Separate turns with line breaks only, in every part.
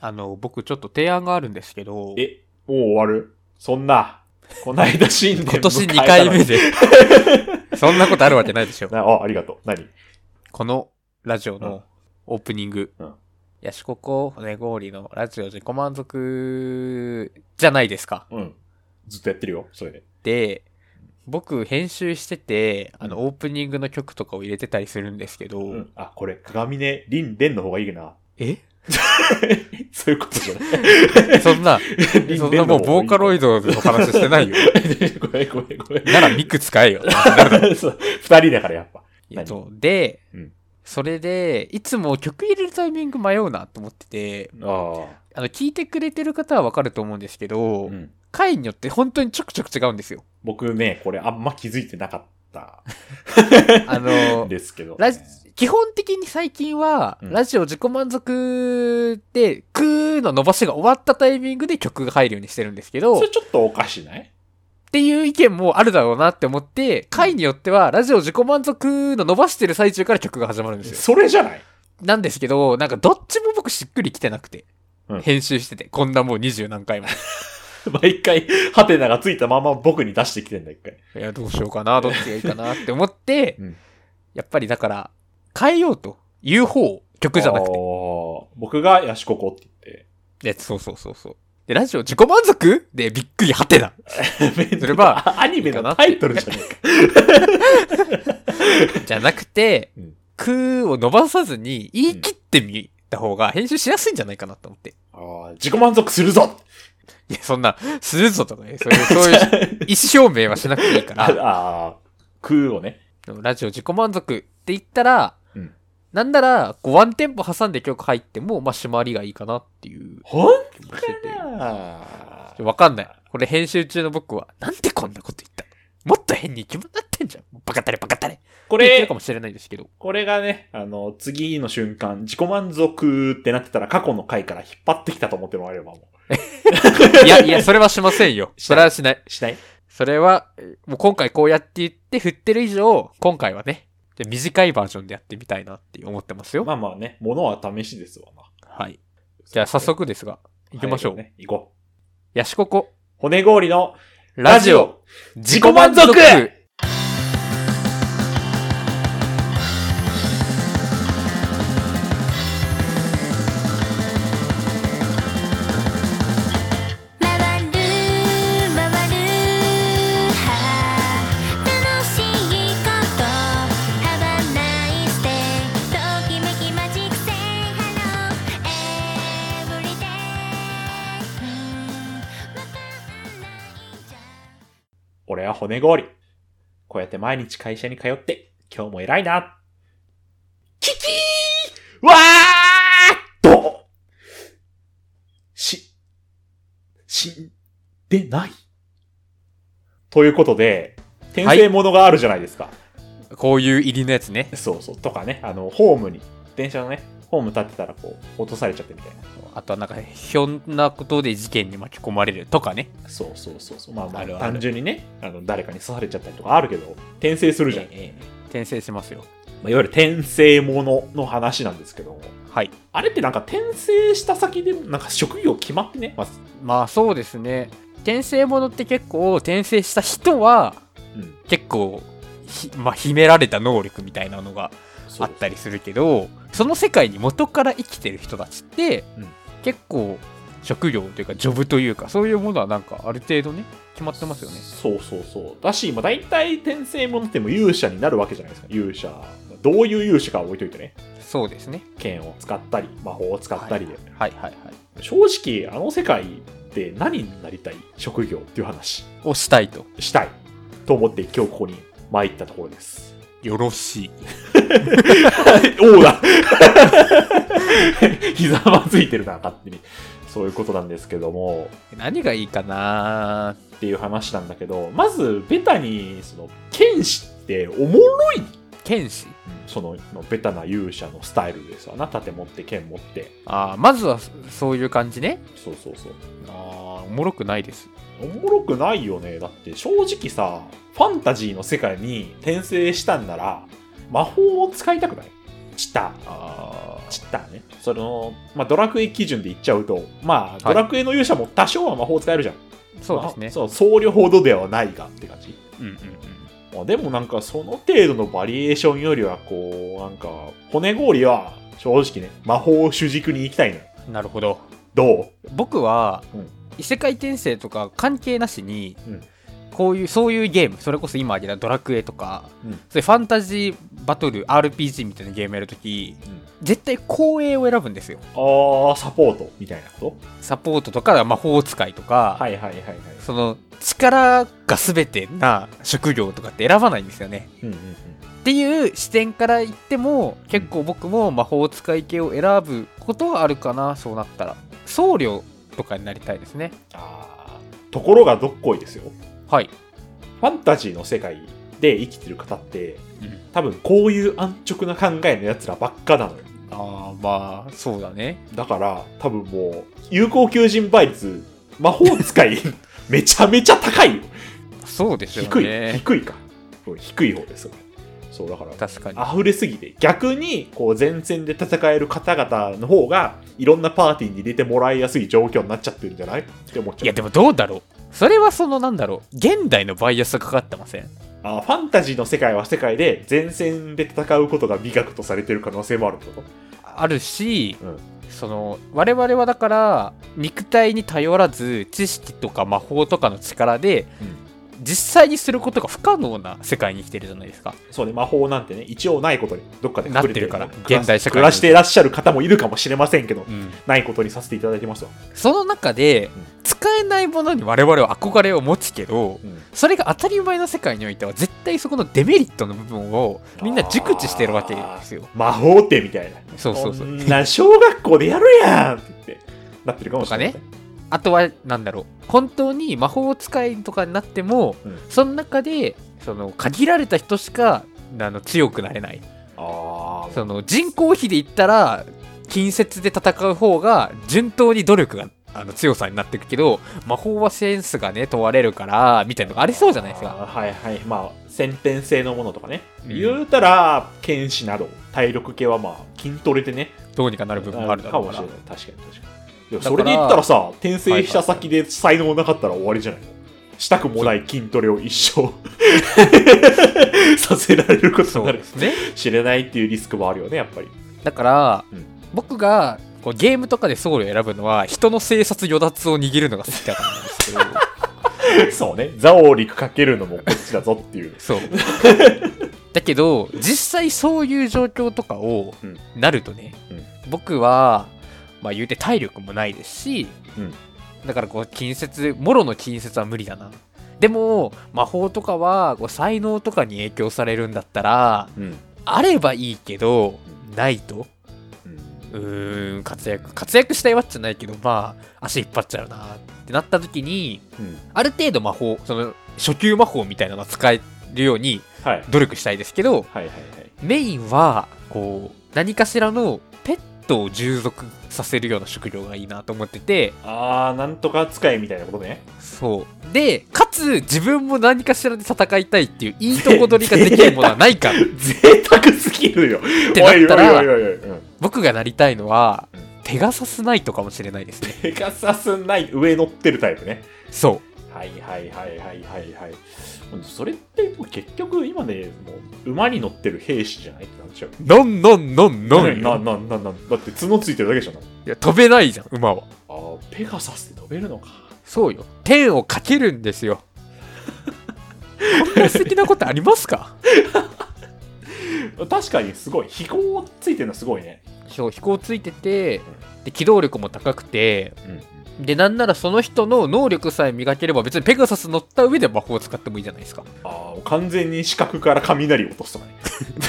あの、僕ちょっと提案があるんですけど、
え、もう終わるそんな、こないだ新年
今年
迎え
2
た
回
の
目。 で、そんなことあるわけないでしょ。
なあ、ありがとう。何
このラジオ
うん
のオープニング、
うん
ヤシココ骨氷のラジオ自己満足じゃないですか。
うん。ずっとやってるよ、それで。
で、僕編集してて、あ
う
の、オープニングの曲とかを入れてたりするんですけど、
うん。あ、これ、鏡ね、りんれんの方がいいな。
え
そういうことじゃない。
そんな、
り
そん
れ
なもう
の方がいい
ボーカロイドの話して ないよ。
ごめんごめんごめん。
ならミク使えよ。
そう二人だからやっぱ。何
そうで、
うん
それで、いつも曲入れるタイミング迷うなと思ってて、
ああ。
あの、聞いてくれてる方はわかると思うんですけど、
うん。
回によって本当にちょくちょく違うんです よ。
僕ね、これあんま気づいてなかった
あの、
ですけど。
ラジ基本的に最近は、
うん
ラジオ自己満足で、クーの伸ばしが終わったタイミングで曲が入るようにしてるんですけど、
それ
っ
ちょっとおかしない
ていう意見もあるだろうなって思って、回によっては、ラジオ自己満足の伸ばしてる最中から曲が始まるんですよ。
それじゃない
なんですけど、なんかどっちも僕しっくりきてなくて。
うん
編集してて、こんなもう二十何回も。
毎回、ハテナがついたまま僕に出してきてんだ、一回。
いや、どうしようかな、どっちがいいかなって思って、
うん
やっぱりだから、変えようという方を、曲じゃなく
あ
て。
ー僕がヤシココって
でそうそうそうそう。で、ラジオ自己満足で、びっくりはてな。
言っ て。
それは
あアニメのタイトルじゃね
じゃなくて、
うん
くーを伸ばさずに言い切ってみた方が編集しやすいんじゃないかなと思って。
えか。あー自己満足するぞ
いや、そんな、するぞとかね、そういう、 そういう意思表明はしなくていいから。
あー、空をね。
でもラジオ自己満足って言ったら、
うん
なんなら、こうワンテンポ挟んで曲入っても、まあ、締まりがいいかなっていう
ほん
気もしてて。
あー
わかんない。これ編集中の僕は、なんでこんなこと言ったのもっと変に決まってんじゃん。バカたれバカたれ。って
こ
言ってる
れ
か、もしれないですけど。
これがね、あの、次の瞬間、自己満足ってなってたら過去の回から引っ張ってきたと思ってもらえればも
いやいや、それはしませんよ。それはしない。
う。 しない
それは、えもう今回こうやって言って振ってる以上、今回はね、で短いバージョンでやってみたいなって思ってますよ。
まあまあね、ものは試しですわな。
はい。じゃあ早速ですが、行きましょう。
早くね、行こう。
ヤシココ、
骨氷の
ラジオ、
自己満足
「まわるまわるは楽しいこと」「ハバナイステときめきマジックセイハローエブリデイ」「わかんないじゃん」
俺は骨氷。こうやって毎日会社に通って、今日も偉いな。キキーわーっとし、死んでない。ということで、転生ものがあるじゃないですか。
こういう入りのやつね。
そうそう。とかね、あの、ホームに、電車のね、ホーム立ってたらこう、落とされちゃってみたい
あとはなんか、ひょんなことで事件に巻き込まれるとかね。
な。そうそうそうそう。まあまあ、
あるある
単純にね、あの、誰かに刺されちゃったりとかあるけど、転生するじゃん。
ええ転生しますよ。
まあ、いわゆる転生ものの話なんですけども
はい。
あれってなんか転生した先でなんか職業決まってね、まず
まあそうですね。転生ものって結構、転生した人は、
うん、
結構、ひまあ、秘められた能力みたいなのがあ
そう
ったりするけどその世界に元から生きてる人たちって、
うん
結構職業というかジョブというかそういうものはなんかある程度ね決まってますよね
そうそうそうだし、まあ、大体転生ものっても勇者になるわけじゃないですか勇者どういう勇者かは置いといてね
そうですね
剣を使ったり魔法を使ったりで、
はいはいはい
正直あの世界って何になりたい職業っていう話
をしたいと
したいと思って今日ここに参ったところです
よろしい
おおだ 膝まずいてるな勝手にそういうことなんですけども
何がいいかな
っていう話なんだけどまずベタにその剣士っておもろい
剣士
そのベタな勇者のスタイルですわな盾持って剣持って
あーまずはそそういう感じね
そうそうそう
あーおもろくないです
おもろくないよねだって正直さファンタジーの世界に転生したんなら魔法を使いたくないチタ
あ
ちったらね、その、まあ、ドラクエ基準で言っちゃうと、まあ、ドラクエの勇者も多少は魔法使えるじゃん。
そうです
まあ
ね。
そう、僧侶ほどではないがって感じ。
うんうんうん。
まあ、でもなんか、その程度のバリエーションよりは、こう、なんか、骨氷は、正直ね、魔法を主軸に行きたいのよ。
なるほど。
ど
僕は、
うん
異世界転生とか関係なしに、
うん
こういうそういうゲームそれこそ今挙げたドラクエとか、
うん
そういうファンタジーバトル RPG みたいなゲームやるとき絶対後衛を選ぶんですよ
うあー、サポートみたいなこと
サポートとか魔法使いとか、
はいはいはいはい。
その力が全てな職業とかって選ばないんですよね
うんうんうん。
っていう視点から言っても結構僕も魔法使い系を選ぶことはあるかなそうなったら僧侶とかになりたいですね
あーところがどっこいですよ。
はい、
ファンタジーの世界で生きてる方って、多分こういう安直な考えのやつらばっかなのよ。
ああまあそうだね
だから、多分もう、有効求人倍率、魔法使い、 めちゃめちゃ高いよ。
そうですよ
低い、
ね
低いか。うん低い方ですよね。そう、だから、
確かに
溢れすぎて、逆に、こう、前線で戦える方々の方が、いろんなパーティーに入れてもらいやすい状況になっちゃってるんじゃないって思っちゃう。
いやでもどうだろうそれはそのなんだろう現代のバイアスがかかってません
あファンタジーの世界は世界で前線で戦うことが美学とされてる可能性もあるってこと
あるし、
うん
その我々はだから肉体に頼らず知識とか魔法とかの力で、
うん
実際にすることが不可能な世界に生きてるじゃないですか
そうね魔法なんてね一応ないことにどっかで隠れて
なってるから
暮ら
現代社会
暮らしていらっしゃる方もいるかもしれませんけど
うん
ないことにさせていただいてますわ、
その中で
ん
使えないものに我々は憧れを持つけど
うん
それが当たり前の世界においては絶対そこのデメリットの部分をみんな熟知してるわけですよ
魔法ってみたいな
そうそうそうん
な小学校でやるやんって言ってなってるかもしれない、
とあとはなんだろう本当に魔法使いとかになっても、
うん
その中でその限られた人しかあの強くなれない
ああ
その人口比で言ったら近接で戦う方が順当に努力があの強さになっていくけど魔法はセンスがね問われるからみたいなのがありそうじゃないですか
あーはいはいまあ先天性のものとかね、
うん
言うたら剣士など体力系はまあ筋トレでね
どうにかなる部分もあるだろう
か
か
もし
ら
れない確かに確かにいや
だから
それで言ったらさ転生した先で才能なかったら終わりじゃないのしたくもない筋トレを一 生させられることに
そ
な
う
る
ですね
知れないっていうリスクもあるよねやっぱり
だから、
うん
僕がこうゲームとかで僧侶を選ぶのは人の生殺与奪を握るのが好きだ からなんですけど
そうねザオリクかけるのもこっちだぞっていう
そう。だけど、実際そういう状況とかを
うん
なるとね、
うん
僕は、まあ言うて体力もないですし、
うん
だからこう、近接、もろの近接は無理だな。でも、魔法とかは、こう才能とかに影響されるんだったら、
うん、
あればいいけど、ないと、うーん、活躍、活躍したいわっちゃないけど、まあ、足引っ張っちゃうなってなった時に、
うん、
ある程度魔法、その、初級魔法みたいなのは使えるように
はい
努力したいですけど、
はいはいはい
メインはこう何かしらのペットを従属させるような職業がいいなと思ってて
あーなんとか使いみたいなことね
そうでかつ自分も何かしらで戦いたいっていういいとこ取りができるものはないか
贅沢すぎるよ
てなったら
おいおいおいおいおい、うん、
僕がなりたいのは
うん
ペガサスナイトかもしれないですね
ペガサスない上乗ってるタイプね
そ
はいはいはいはいはいはい。それってもう結局今ね、もう馬に乗ってる兵士じゃないってなっちゃう。
うノンノンノンノン
な
よ
んなんなんなんだって角ついてるだけじゃない。
いや飛べないじゃん馬は
ああ、ペガサスって飛べるのか。
そうよ天をかけるんですよ こんな素敵なことありますか
確かにすごい。飛行ついてるのすごいね。
そう飛行ついててで機動力も高くて
うん。
でなんならその人の能力さえ磨ければ別にペガサス乗った上で魔法を使ってもいいじゃないですか
ああ、完全に視覚から雷落とすとかね。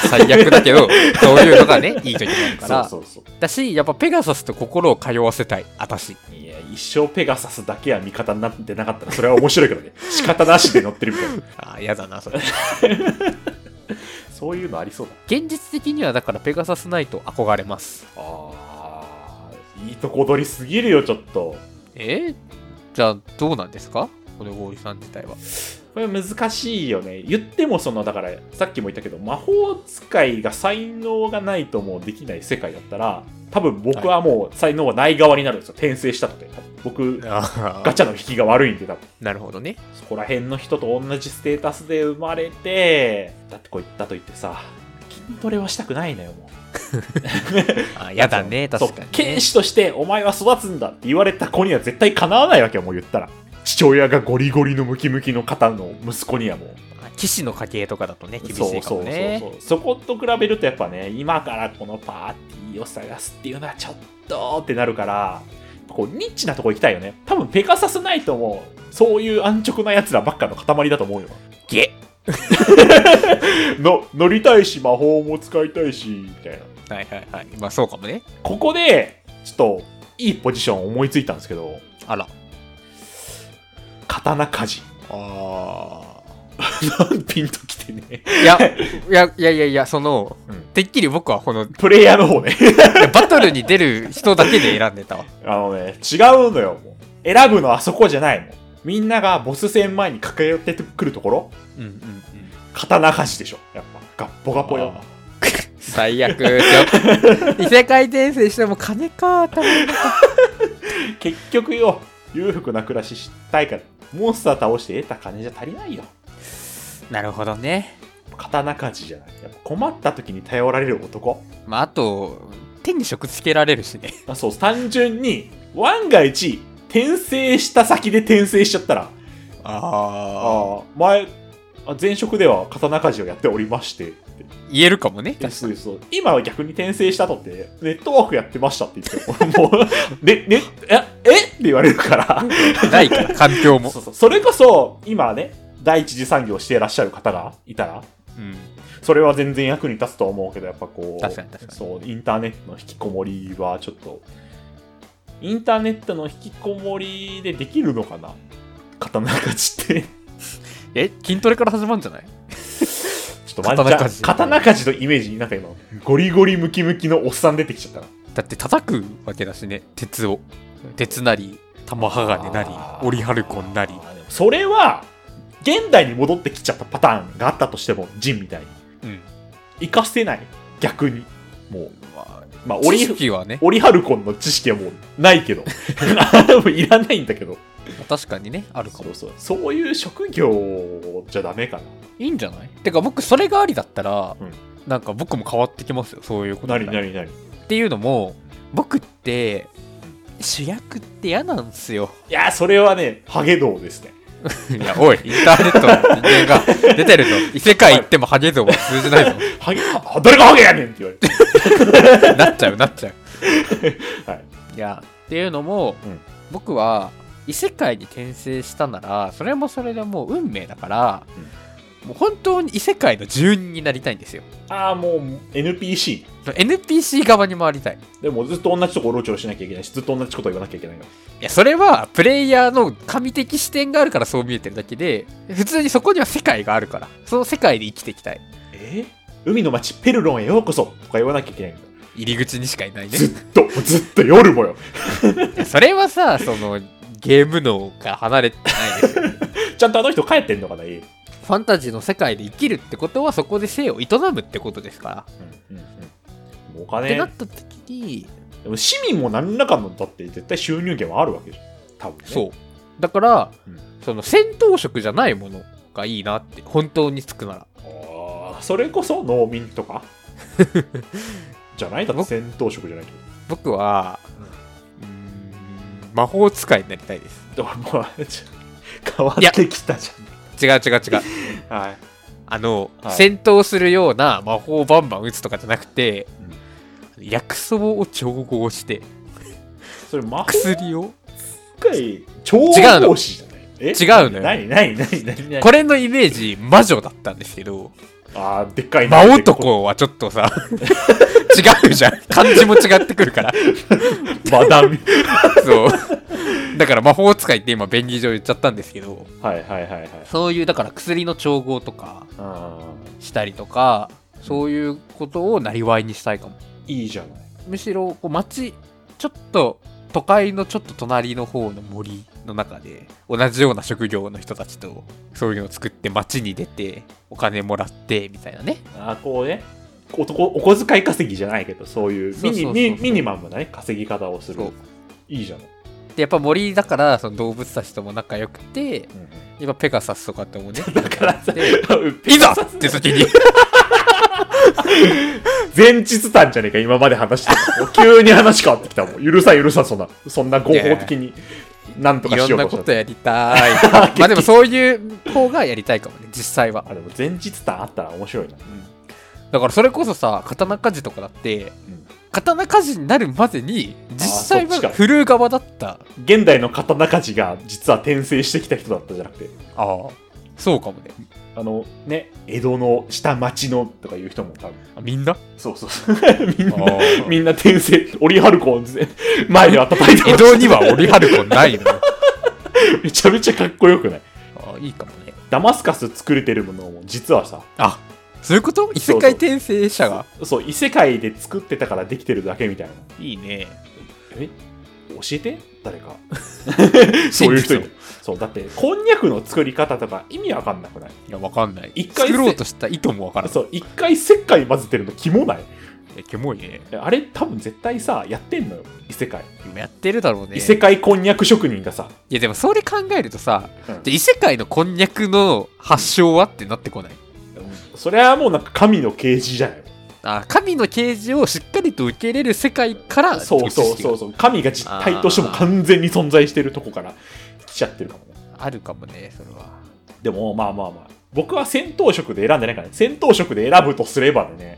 最悪だけ どそういうのがねいい時になるから
そうそう
だしやっぱペガサスと心を通わせたい私
そう。いや、一生ペガサスだけは味方になってなかったら、それは面白いけど ね。仕方なしで乗ってるみたいな。
あーやだなそれ
そういうのありそうだ。
現実的にはだからペガサスナイト憧れます
ああ、いいとこ取りすぎるよ、ちょっと。
えーじゃあどうなんですか骨氷さん自体は。
これ難しいよね。言ってもその、だから、さっきも言ったけど、魔法使いが才能がないともうできない世界だったら、多分僕はもう才能がない側になるんですよ。転生したとて。多分僕、
あ
ガチャの引きが悪いんで、多分。
なるほどね。
そこら辺の人と同じステータスで生まれて、だってこういったと言ってさ、筋トレはしたくないのよ、も
あ
う。
やだね、
そう
確かに、ね
剣。士としてお前は育つんだって言われた子には絶対かなわないわけよ、もう言ったら。父親がゴリゴリのムキムキの方の息子にはもう。
騎士の家系とかだとね、厳しいかもね。
そうそうそうそうそこと比べるとやっぱね今からこのパーティーを探すっていうのはちょっとってなるからこうニッチなとこ行きたいよね多分ペガサスナイトもそういう安直なやつらばっかの塊だと思うよ
ゲ
の乗りたいし魔法も使いたいしみたい
ッ
な
はいはいはい。まあそうかもね。
ここでちょっといいポジション思いついたんですけど
あら。
刀鍛
あ
冶ピンときてね
あ。いや、いやいやいやいや、その、
うん
てっきり僕はこの、い
プレイヤーの方ね
やバトルに出る人だけで選んでたわ。
あのね違うのよもう選ぶのはそこじゃないもんみんながボス戦前に駆け寄ってくるところ
うんうんうん。
刀鍛冶でしょやっぱガッポガポよ
あ最悪。 異世界転生しても金か、多分。
結局よ裕福な暮らししたいからモンスター倒して得た金じゃ足りないよ
なるほどね。
刀鍛冶じゃないやっぱ困った時に頼られる男、
まああと、手に職つけられるしね。
まあ、そう単純に万が一転生した先で転生しちゃったら
ああ。
ああ前あ前職では刀鍛冶をやっておりましてって
言えるかもね。確か
そう
に。
そう今は逆に転生したとってネットワークやってましたって言ってももう、 ねね、ええって言われるから
ないから、環境も
そ。うそうそれこそ今ね第一次産業をしていらっしゃる方がいたら
うん。
それは全然役に立つと思うけどやっぱこう
確かに確かに
そうインターネットの引きこもりはちょっとインターネットの引きこもりでできるのかな刀鍛冶って
え、筋トレから始まるんじゃない
ちょっと待っ
刀
て
鍛冶
刀鍛冶のイメージなんか今ゴリゴリムキムキのおっさん出てきちゃったな
だって叩くわけだしね、鉄を。鉄なり、玉鋼なり
あ、ー
折りはるこんなり
あ。ーでもそれは現代に戻ってきちゃったパターンがあったとしてもジンみたいに
うん。
活かせない逆にもう
まあ、
まあ
知
折り
識はね、
オリハルコンの知識はもうないけどあでもいらないんだけど
確かにね、あるか
そ
も
う。そうそういう職業じゃダメかない
いんじゃないてか僕、それがありだったら、
うん
なんか僕も変わってきますよ、そういうこと
な
に
になになに
っていうのも、僕って、主役って嫌なんすよ。
いやそれはねハゲ道ですね
いや、おい、インターネットの人間が出てるぞ。異世界行ってもハゲ像は通じないぞ。
ハゲあ誰がハゲやねんって言われて
なっちゃう、なっちゃう。
はい
いや、っていうのも、
うん
僕は異世界に転生したなら、それもそれでもう運命だから、もう本当に異世界の住人になりたいんですよ。
ああもう NPC
その NPC 側に回りたい。
でもずっと同じとこうろちょろしなきゃいけないしずっと同じこと言わなきゃいけないの
いや、それはプレイヤーの神的視点があるからそう見えてるだけで、普通にそこには世界があるから、その世界で生きていきたい。
え海の町ペルロンへようこそとか言わなきゃいけないの
入り口にしかい ないね
ず。っともうずっと夜 もよ
いやそれはさ、その、ゲーム脳から離れてないですよ。
ちゃんとあの人帰ってんのかな家
ファンタジーの世界で生きるってことはそこで生を営むってことですから。
うんうんうんもうお
ってな
金
った時に、
でも市民も何らかのだって絶対収入源はあるわけじゃん多分ね
そうだから、
うん
その戦闘職じゃないものがいいなって本当につくなら
あーそれこそ農民と かじゃないだって戦闘職じゃないけ
僕はうーん魔法使いになりたいです
どでもまあちょ変わってきたじ
違う違う違う
ゃんはい
あの、
はい
戦闘するような魔法をバンバン打つとかじゃなくて、薬草を調合して
それ魔法
薬を
使い超合師じゃないえ
違うのよ
何何何何何
これのイメージ魔女だったんですけど
あーでっかいな
魔男はちょっとさ違うじゃん漢字も違ってくるから
マダミ
そうだから魔法使いって今便宜上言っちゃったんですけど
はいはいはいはい
そういうだから薬の調合とか
あ
したりとかそういうことをなりわいにしたいかも
ーいいじゃない
むしろこう街ちょっと都会のちょっと隣の方の森の中で同じような職業の人たちとそういうのを作って街に出てお金もらってみたいなね
あこうねおとこお小遣い稼ぎじゃないけどそういう
そ
ミニ
うそうそうそう
ミミニマムな、ね、稼ぎ方をする
そう
いいじゃん、
でやっぱ森だからその動物たちとも仲良くて
うんうん
やっぱペガサスとかと もね
だからさ
で いざって時に
前日たんじゃねえか今まで話してたのもう急に話変わってきたもん許さん許さんそんなそんな合法的になんと
い
かしよ
ろんな
うとし
こ
た
とやりた いまあでもそういう方がやりたいかもね実際は
あでも前日たんあったら面白いな、
だからそれこそさ刀鍛冶とかだって刀鍛冶になるまでに実際
あーそっちか
は振るう側だった
現代の刀鍛冶が実は転生してきた人だったじゃなくて
ああそうかもね
あのね江戸の下町のとかいう人も多分
あみんな
そうそうそうみんな
あー
みんな転生折春子を前では叩いてま
江
した
戸には折春子ない の
めちゃめちゃかっこよくない
あいいかもね
ダマスカス作れてるものも実はさ
あそういうこと異世界転生者が
そう異世界で作ってたからできてるだけみたいない
いね
え教えて誰 かそ
そうういう
い
う人
人いるそうだってこんにゃくの作り方とか意味わかんなくない
いやわかんない
一回せ
作ろうとした意図もわからん
そう一回石灰混ぜてるのキモない
いやキモいね
あれ多分絶対さやってんのよ異世界、
でもやってるだろうね
異世界こんにゃく職人がさ、
いやでもそれ考えるとさ
うん
じゃあ異世界のこんにゃくの発祥はってなってこない
それはもうなんか神の啓示じゃない
あ神の啓示をしっかりと受け入れる世界から
そうそうそうそう神が実体としても完全に存在してるとこから来ちゃってるかもね
あるかもねそれは
でもまあまあまあ僕は戦闘職で選んでないからね戦闘職で選ぶとすればでね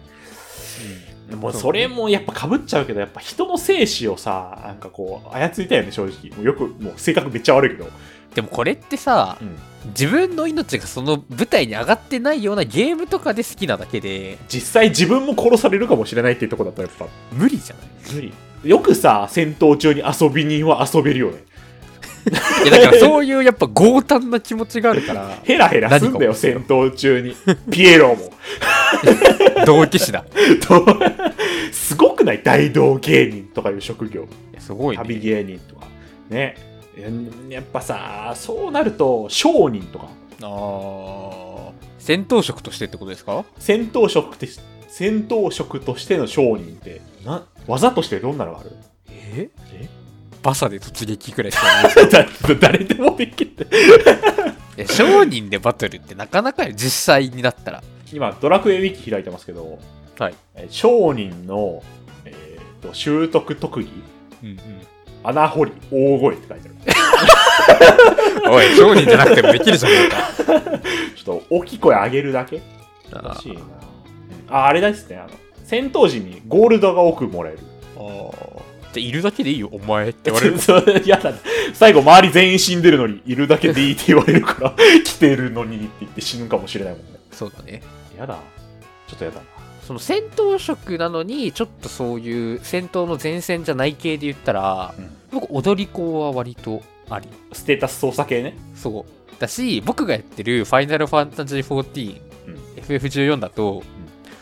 もうそれもやっぱかぶっちゃうけどやっぱ人の生死をさなんかこう操りたいよね正直もうよくもう性格めっちゃ悪いけど、
でもこれってさ自分の命がその舞台に上がってないようなゲームとかで好きなだけで
実際自分も殺されるかもしれないっていうとこだったらやっぱ
無理じゃない
無理よくさ戦闘中に遊び人は遊べるよね
いやだからそういうやっぱ強胆な気持ちがあるから
ヘラヘラすんだ
何か
よ
起
戦闘中にピエロも
同期 士だ
と すごくない大道芸人とかいう職業
いやすごい
旅
ね
芸人とかねえやっぱさそうなると商人とか
あー戦闘職としてってことですか
戦闘職って戦闘職としての商人ってな技としてどんなのがある
え
え
バサで突撃くらいしかない
だ誰でもできる
え商人でバトルってなかなかよ実際になったら
今ドラクエウィキ開いてますけど、
はい
え商人の、えーと習得特技
うんうん
穴掘り大声って書いてある
おい商人じゃなくてもできるじゃないか
ちょっと大きい声上げるだけらしいなああれですねあの戦闘時にゴールドが多くもらえる
でいるだけでいいよお前って言われ る
れやだ最後周り全員死んでるのにいるだけでいいって言われるから来てるのにって言って死ぬかもしれないもんね
そうだね
やだちょっとやだな
その戦闘職なのにちょっとそういう戦闘の前線じゃない系で言ったら、
うん
僕踊り子は割とあり
ステータス操作系ね
そうだし僕がやってる「ファイナルファンタジー14」
うん
FF14 だと、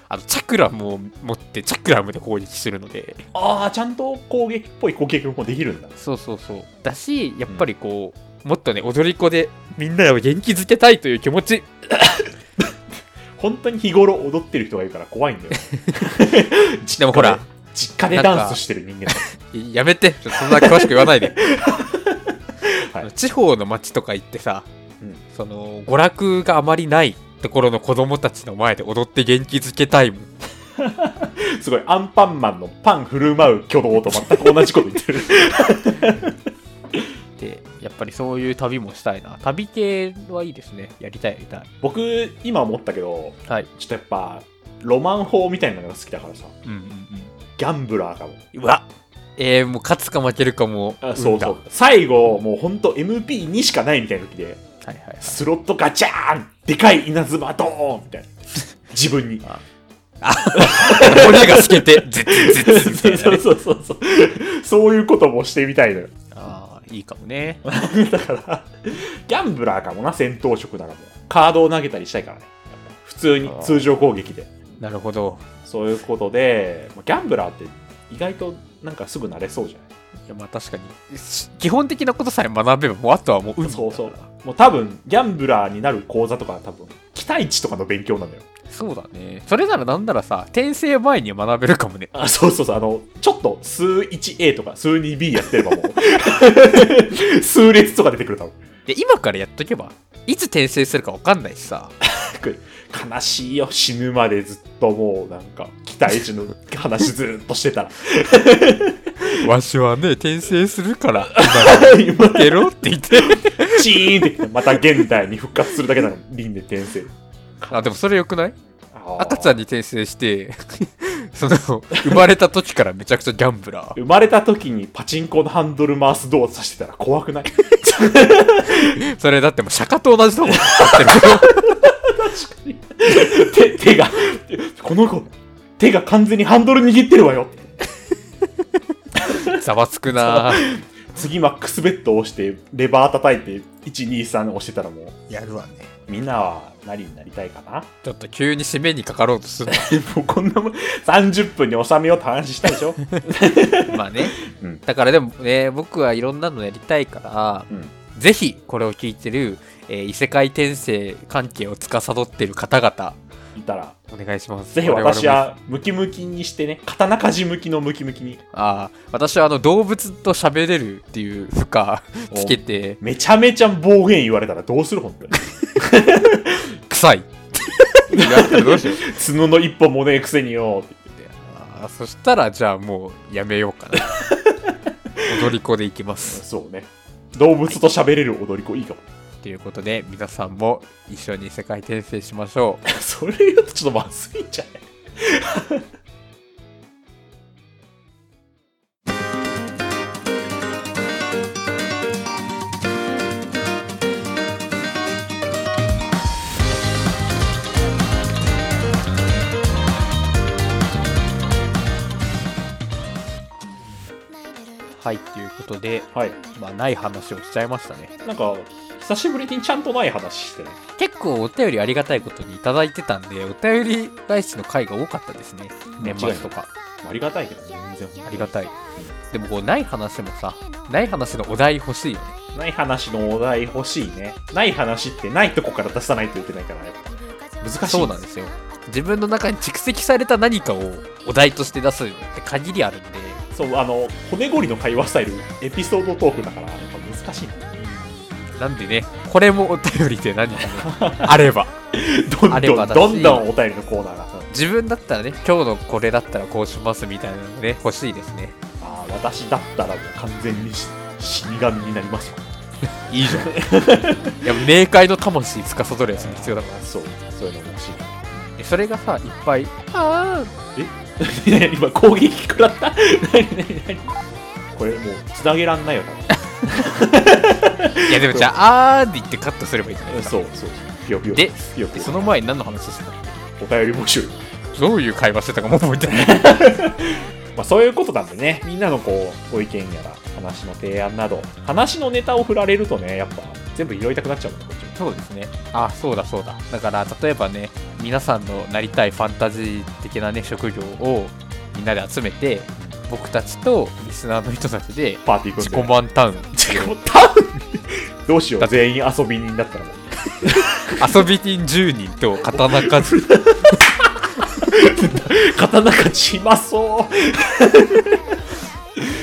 あのチャクラムを持ってチャクラムで攻撃するので
ああちゃんと攻撃っぽい攻撃もできるんだ
そうそうそうだしやっぱりこう、もっとね踊り子でみんなを元気づけたいという気持ち
本当に日頃踊ってる人がいるから怖いんだよ実家
でもほら
実家でダンスしてる人間だ
やめてちょっとそんな詳しく言わない で、
はい
あの地方の町とか行ってさ、
うん
その娯楽があまりないところの子供たちの前で踊って元気づけたいもん
すごいアンパンマンのパン振る舞う挙動と全く同じこと言ってる
でやっぱりそういう旅もしたいな旅系はいいですねやりたいやりたい
僕今思ったけど
はい
ちょっとやっぱロマン法みたいなのが好きだからさ
うんうん
ギャンブラーかも
うんうわえー、もう勝つか負けるかも
あそうそう
運だ
最後もうほんと MP2 しかないみたいな時で
はいはいはい
スロットガチャーンでかい稲妻ドーンみたいな 自分に
骨が透けて 絶絶
そう
絶
そう
絶
そうそうそう そういうこともしてみたいのよ
ああいいかもね
だから、ギャンブラーかもな、戦闘職ならもう。カードを投げたりしたいからね。普通に
あ、ー
通常攻撃で。
なるほど
そういうことで、ギャンブラーって意外となんかすぐ慣れそうじゃない
いやまあ確かにし基本的なことさえ学べばもうあとはもう運だから
そうそうもう多分ギャンブラーになる講座とか多分期待値とかの勉強なんだよ
そうだねそれならなんならさ転生前に学べるかもね
あそうそうそうあのちょっと数 1A とか数 2B やってればも う数列とか出てくる多分
で今からやっとけばいつ転生するか分かんないしさ
悲しいよ死ぬまでずっともうなんか期待値の話ずっとしてた ら
わしはね転生する から
今
ゲロって言って
チーンってきてまた現代に復活するだけなの輪廻転生
あでもそれよくない
あー
赤ちゃんに転生して その生まれた時からめちゃくちゃギャンブラー
生まれた時にパチンコのハンドル回す動作させてたら怖くない
それだってもう釈迦と同じとこ使ってる
手手がこの子手が完全にハンドル握ってるわよ
ざわつくな
次マックスベッドを押してレバー叩いて123押してたらも
やるわね
うみんなは何になりたいかな
ちょっと急に締めにかかろうとする
もうこんなもん30分に収めようって話したでし ょ
のまあね、
うん
だからでもね僕はいろんなのやりたいから
うん
ぜひこれを聞いてる、えー異世界転生関係を司っている方々
いたら
お願いします
ぜひ私はムキムキにしてね刀鍛冶ムキのムキムキに
ああ私はあの動物と喋れるっていう負荷つけて
めちゃめちゃ暴言言われたらどうする本当に
臭い って言われたらどうしよう
角の一本もねえくせによって
あーそしたらじゃあもうやめようかな 踊り子でいきます
そうね動物と喋れる踊り子いいかも
ということで皆さんも一緒に異世界転生しましょう
それ言うとちょっとまずいんじゃない
はいということで
はい
まあない話をしちゃいましたね
なんか久しぶりにちゃんとない話してね
結構お便りありがたいことにいただいてたんでお便り返しの回が多かったですね年末とか
ありがたいけどね全然
ありがたいでもこうない話もさない話のお題欲しいよね
ない話のお題欲しいねない話ってないとこから出さないといけないからやっぱ難しい
そうなんですよ自分の中に蓄積された何かをお題として出すのって限りあるんで
そうあの骨彫りの会話スタイルエピソードトークだからやっぱ 難しいね
なんでねこれもお便りで何 かねあれば
どん
あれ
ど
ば
ん
だし
どんどんお便りのコーナーが
自分だったらね今日のこれだったらこうしますみたいなのね欲しいですね
あー私だったらもう完全にし死神になりますよ
いい じゃんいや冥界の魂司るやつも必要だから
そうそういうの欲しい
えそれがさいっぱいあ
な今攻撃食らった 何何何これもうつなげらんないよ多
あいやでもじゃああーって言ってカットすればいいじゃないで
分
すか
そうそうピヨピヨ
で
ピヨピ
で
ヨ
その前に何の話してたの
お便り募集
どういう会話してたかもう覚えて ない
まあ、そういうことなんでね、みんなのこう、ご意見やら、話の提案など、話のネタを振られるとね、やっぱ、全部拾いたくなっちゃうもんね、こっちも。
そうですねあそうだそうだだから例えばね皆さんのなりたいファンタジー的なね職業をみんなで集めて僕たちとリスナーの人たちで
パーティー組ん
自
で。
己満タウン
自己多分どうしよ
だ
う、
っ
全員遊び人だったらもう。
遊び人10人と刀鍛冶
刀がちまそう。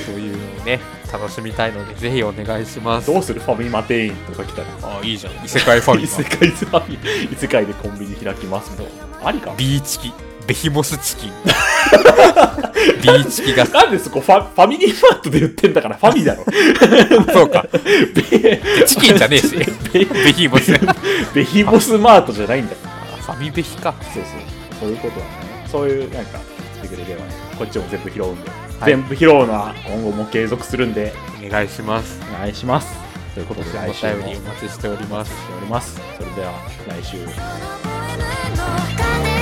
そういうのをね楽しみたいのでぜひお願いします
どうするファミマ店員とか来たら。
あいいじゃん異世界ファミ
異世
マ
界ファミマ、異世界でコンビニ開きますみたいな。ありか
B チキベヒモスチキン B チキが
なんでそこファファミリーマートで売ってんだからファミだろ。
そうか チキンじゃねえし ベヒモスフ
ベヒボスマートじゃないんだから。
ァミベヒか
そうそう。そういうことだね。そういう、なんか、してくれればね、こっちも全部拾うんで。
はい
全部拾うのは今後も継続するんで、
お願いします
お願いします。ということで、
お
来週も
便りお待ちしております
しております。それでは、来週。
風の